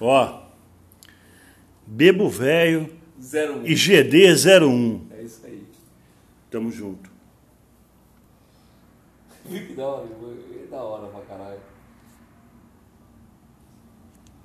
Ó, Bebo Velho 01. e GD01. É isso aí. Tamo junto. Viu que da hora? É da hora pra caralho.